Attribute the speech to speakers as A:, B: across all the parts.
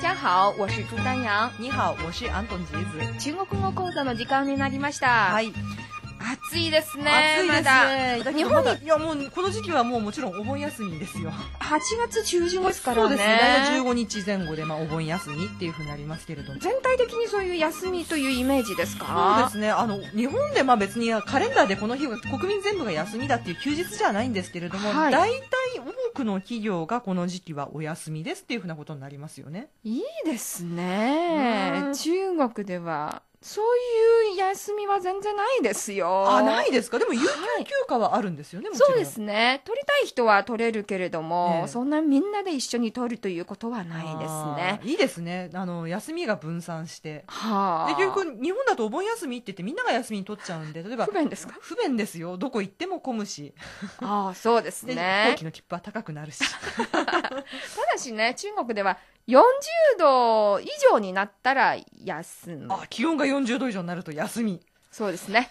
A: 家好，我是朱丹阳。
B: 你好，我是アントンジーズ。
A: 中国語講座の時間になりました。
B: はい。
A: 暑いですね。
B: 暑いで
A: ま
B: すね。
A: だ。
B: だけど
A: 日本
B: まだ
A: に
B: いやもうこの時期はもうもちろんお盆休みですよ。
A: 8月中旬ですからね。
B: そうですね。大体15日前後でまあお盆休みっていうふうになりますけれども。
A: 全体的にそういう休みというイメージです
B: そうで
A: か
B: すね。あの日本でまあ別にカレンダーでこの日が国民全部が休みだっていう休日じゃないんですけれども、
A: はい
B: 大体多くの企業がこの時期はお休みですっていうふうなことになりますよね。
A: いいですね
B: うん。
A: 中国では、そういう休みは全然ないですよ。
B: あ、ないですか。でも有給
A: はい
B: 休暇はあるんですよね。もちろん
A: そうですね。取りたい人は取れるけれども、
B: ええ
A: そんなみんなで一緒に取るということはないですね
B: あ。ー。いいですね。あの休みが分散して。
A: はあ。
B: で結局日本だとお盆休みって言ってみんなが休みに取っちゃうんで例えば
A: 不便ですか
B: 不便ですよどこ行っても混むし
A: ああ、そうです
B: で、
A: ね。
B: 飛行機の切符は高くなるし
A: ただしね、中国では40度以上になったら休む。
B: あ気温が40度以上になると休み
A: そうですね。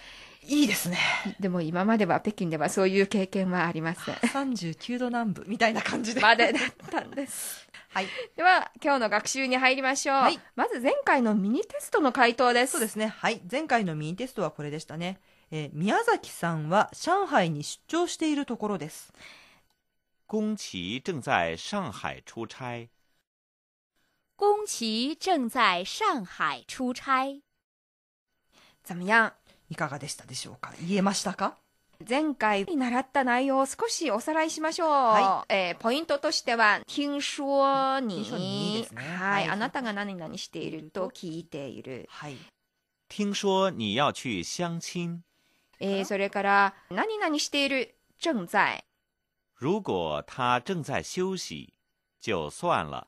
B: いいですね
A: でも今までは北京ではそういう経験はありませ ん。
B: 39度南部みたいな感じで、
A: までだったんです。
B: はい、
A: では、今日の学習に入りましょう。
B: はい
A: まず前回のミニテストの回答です。
B: そうですねはい前回のミニテストはこれでしたね、えー宮崎さんは上海に出張しているところです
C: 宫崎正在上海出差。
D: 宫崎正在上海出差。
A: 怎么样
B: いかがでしたでしょうか言えましたか
A: 前回習った内容を少しおさらいしましょう。
B: は
A: えーポイントとしては、听说
B: 听说你
A: 你
B: ですね
A: はい。
B: はい
A: あなたが何々していると聞いている。
B: はい
C: 听说你要去相亲，
A: えーそれから、何々している、正在。
C: 如果他正在休息，就算了。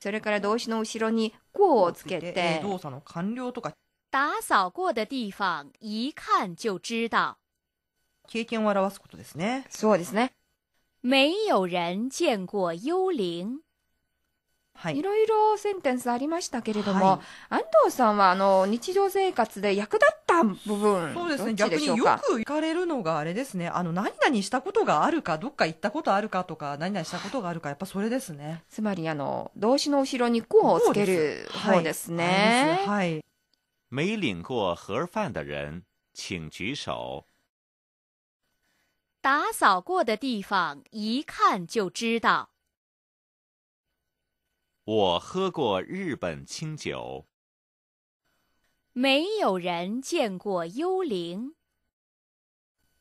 A: それから動詞の後ろに「こ」をつけて
B: えー動作の完了とか
D: 打扫过的地方一看就知道，
B: 経験を表すことですね
A: そうですね
D: 没有人见过幽灵。
B: はいい
A: ろいろセンテンスありましたけれども、
B: はい
A: 安藤さんはあの日常生活で役立った部分
B: そうですね
A: どっち
B: 逆
A: で
B: に
A: しょ
B: よ
A: う
B: く
A: か
B: 行かれるのがあれですねあの何々したことがあるかどっか行ったことあるかとか何々したことがあるかやっぱそれですね。
A: つまりあの動詞の後ろに「こ」をつける方ですね、
B: はいありますはい
C: 没领过盒饭的人，请举手。
D: 打扫过的地方一看就知道。
C: 我喝过日本清酒，
D: 没有人见过幽灵。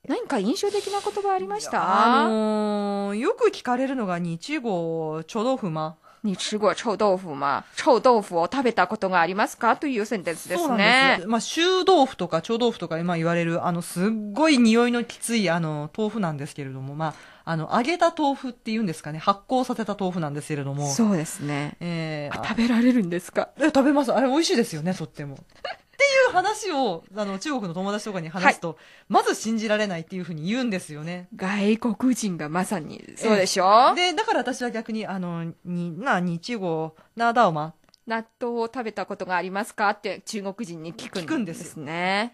A: 何か印象的な言葉ありまし
B: あ
A: た
B: のーよく聞かれるのが日語ちょどふま
A: 你吃过臭豆腐吗臭豆腐を食べたことがありますかというセンテンスで
B: そう
A: す
B: なん
A: ね
B: です。まあ、臭豆腐とか臭豆腐とか今言われる、あの、すっごい匂いのきつい、あの、豆腐なんですけれども、まあ、あの、揚げた豆腐っていうんですかね、発酵させた豆腐なんですけれども、
A: そうですね
B: えー
A: あ食べられるんですか
B: え食べます。あれ美味しいですよね、とっても。っていう話を、あの、中国の友達とかに話すと、まず信じられないっていうふうに言うんですよね。
A: 外国人がまさにそうでしょ、
B: で、だから私は逆に、あの、に、な、日語、なだおま。
A: 納豆を食べたことがありますかって中国人に聞く
B: 聞く
A: ん
B: ん
A: で
B: ですす
A: ね。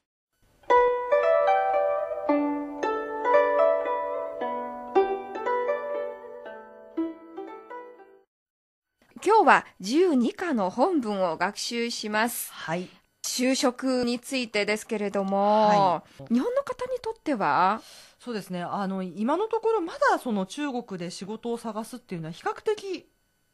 A: 今日は12課の本文を学習します。
B: はい。
A: 就職についてですけれども、
B: はい
A: 日本の方にとっては、
B: そうですね。あの、今のところまだその中国で仕事を探すっていうのは比較的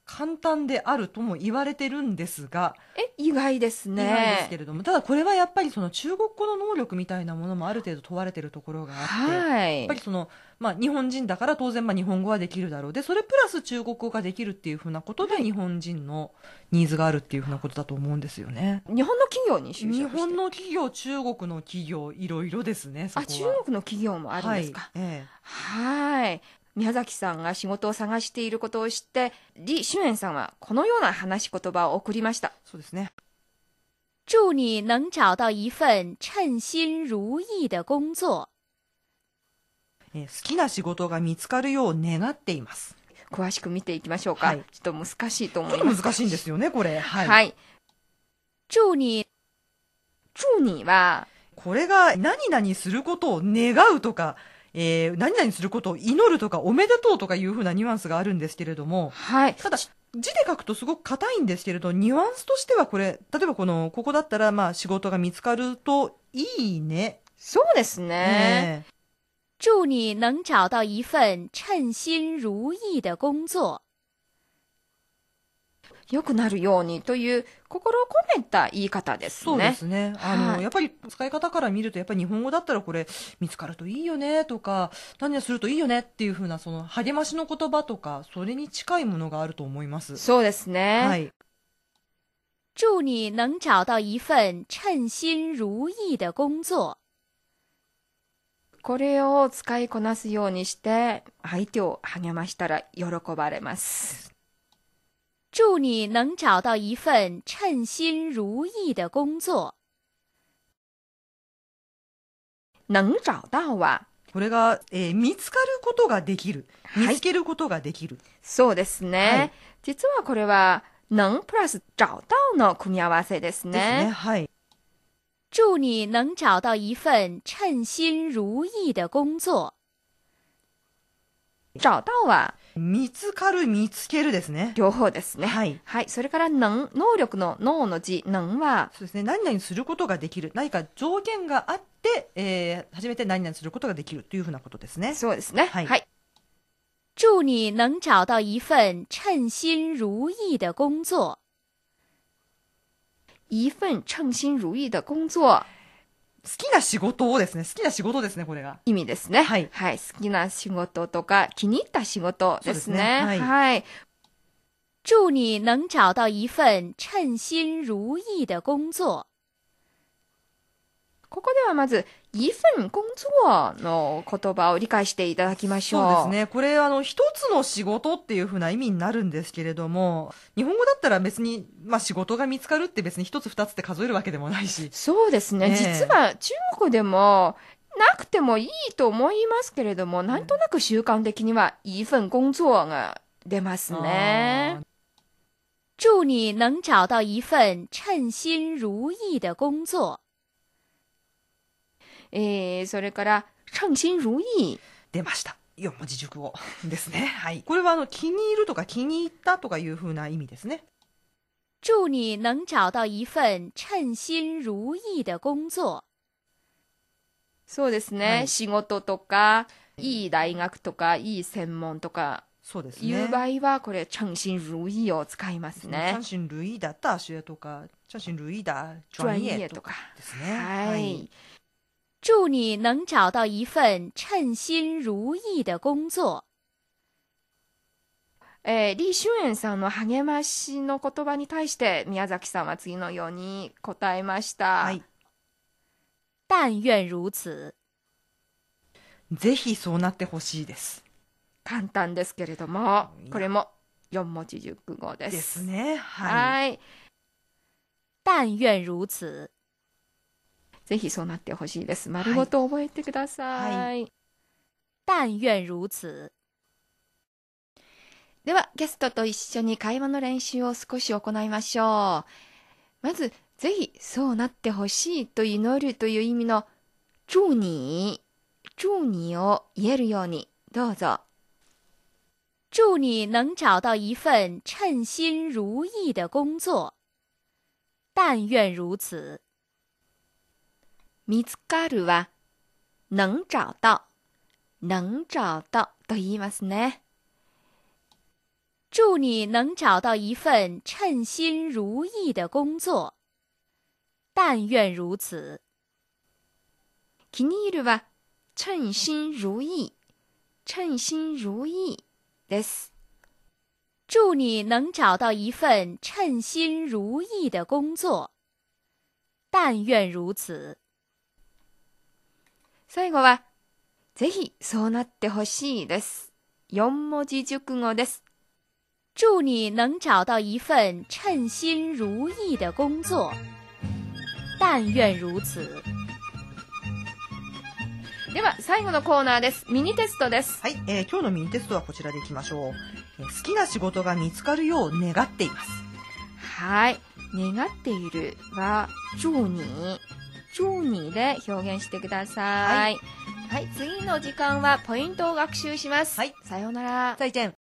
B: 簡単であるとも言われてるんですが、
A: え、意外です
B: 意外ですけ
A: ね。
B: れども、ただこれはやっぱりその中国語の能力みたいなものもある程度問われてるところがあって、
A: はい
B: やっぱ。りその、まあ、日本人だから当然まあ日本語はできるだろうでそれプラス中国語ができるっていうふうなことで日本人のニーズがあるっていうふうなことだと思うんですよね。
A: 日本の企業に就職してる
B: 日本の企業、中国の企業、いろいろですね、そこは
A: あ、中国の企業もあるんですか。
B: はいえ
A: はい。宮崎さんが仕事を探していることを知って、李俊燕さんはこのような話し言葉を送りました
B: え。そうですね。
D: 祝你能找到一份称心如意的工作。
B: えー好きな仕事が見つかるよう願っています。
A: 詳しく見ていきましょうか。
B: はい
A: ちょっと難しいと
B: ち
A: 思
B: ょっ
A: い
B: と
A: ます。
B: 難しいんですよね、これ。はい。
A: はい。
D: 祝你
A: 祝你は、
B: これが何々することを願うとか、えー何々することを祈るとか、おめでとうとかいうふうなニュアンスがあるんですけれども、
A: はい。
B: ただ、字で書くとすごく硬いんですけれど、ニュアンスとしてはこれ、例えばこの、ここだったら、まあ、仕事が見つかるといいね。
A: そうですね。
B: ええ
D: 祝你能找到一份称心如意的工作。
A: 良くなるようにという心を込めた言い方です
B: そうで
A: ね。
B: すね。あの、
A: はい
B: やっぱり使い方から見ると、やっぱり日本語だったらこれ、見つかるといいよねとか、何々するといいよねっていうふうな、その、励ましの言葉とか、それに近いものがあると思います。
A: そうですね。
B: はい。
D: 祝你能找到一份称心如意的工作。
A: これを使いこなすようにして、相手を励ましたら喜ばれます。
D: 祝你能找到一份称心如意的工作。
A: 能找到は、
B: これが、えー見つかることができる。
A: は
B: 見
A: い
B: つ、けることができる。
A: そうですね。
B: はい
A: 実はこれは、能プラス找到の組み合わせです
B: ですね。
A: ね。
B: はい。
D: 祝你能找到一份称心如意的工作。
A: 找到は、
B: 見つかる、見つけるですね。
A: 両方ですね。
B: はい。
A: はい。それから、能、能力の能の字、能は、
B: そうですね。何々することができる。何か条件があって、えー初めて何々することができるというふうなことですね。
A: そうですね。
B: はい
A: はい。
D: 祝你能找到一份称心如意的工作。
A: 一份称心如意的工作、
B: 好きな仕事をですね。好きな仕事ですね、これが。
A: 意味ですね。
B: はい
A: 好きな仕事とか、気に入った仕事ですね。
B: そうですねはい
A: はい。
D: 祝你能找到一份称心如意的工作。
A: ここではまず、一份工作の言葉を理解していただきましょう。
B: そうですね。これ、あの、一つの仕事っていうふうな意味になるんですけれども、日本語だったら別に、まあ仕事が見つかるって別に一つ二つって数えるわけでもないし。
A: そうですね。
B: ええ
A: 実は中国でも、なくてもいいと思いますけれども、なんとなく習慣的には、一份工作が出ますね。
D: 祝你能找到一份称心如意的工作。
A: えー、それから、称心如意。
B: 出ました。四文字熟語ですね。はい。これはあの、気に入るとか気に入ったとかいうふうな意味ですね。
D: 祝你能找到一份称心如意的工作。
A: そうですね。
B: はい
A: 仕事とか、いい大学とか、いい専門とか、
B: そうですね。
A: いう場合は、これ、称心如意を使います
B: チャ
A: ね
B: ン。シン・ルイダ大学とか、チャンシン・ルイダ
A: 专
B: 专
A: 业
B: 业
A: と
B: と
A: か
B: か。ですね。
A: はい。
D: 祝你能找到一份称心如意的工作。
A: えー、李俊燕さんの励ましの言葉に対して、宮崎さんは次のように答えました。
B: はい。
D: 但愿如此。
B: ぜひそうなってほしいです。
A: 簡単ですけれども
B: い、や
A: これも4文字熟語です。
B: ですね。は
A: は
B: い。
A: い。
D: 但愿如此。
A: ぜひそうなってほしいです。丸ごと覚えてください。
B: は
D: 但愿如此。
A: では、ゲストと一緒に会話の練習を少し行いましょう。まず、ぜひ、そうなってほしいと祈るという意味の、祝你、祝你を言えるように、どうぞ。
D: 祝你能找到一份称心如意的工作。但愿如此。
A: 見つかるは、能找到、能找到と言いますね。
D: 祝你能找到一份称心如意的工作。但愿如此。
A: 気に入るは、称心如意、称心如意です。
D: 祝你能找到一份称心如意的工作。但愿如此。
A: 最後は、ぜひそうなってほしいです。四文字熟語です。
D: 祝你能找到一份称心如意的工作。但愿如此。
A: では、最後のコーナーです。ミニテストです。
B: はい。えー今日のミニテストはこちらでいきましょう。えー好きな仕事が見つかるよう願っています。
A: はい。願っているは、祝你。祝你で表現してください。はい、次の時間はポイントを学習します。
B: はい
A: さようなら。
B: 再见。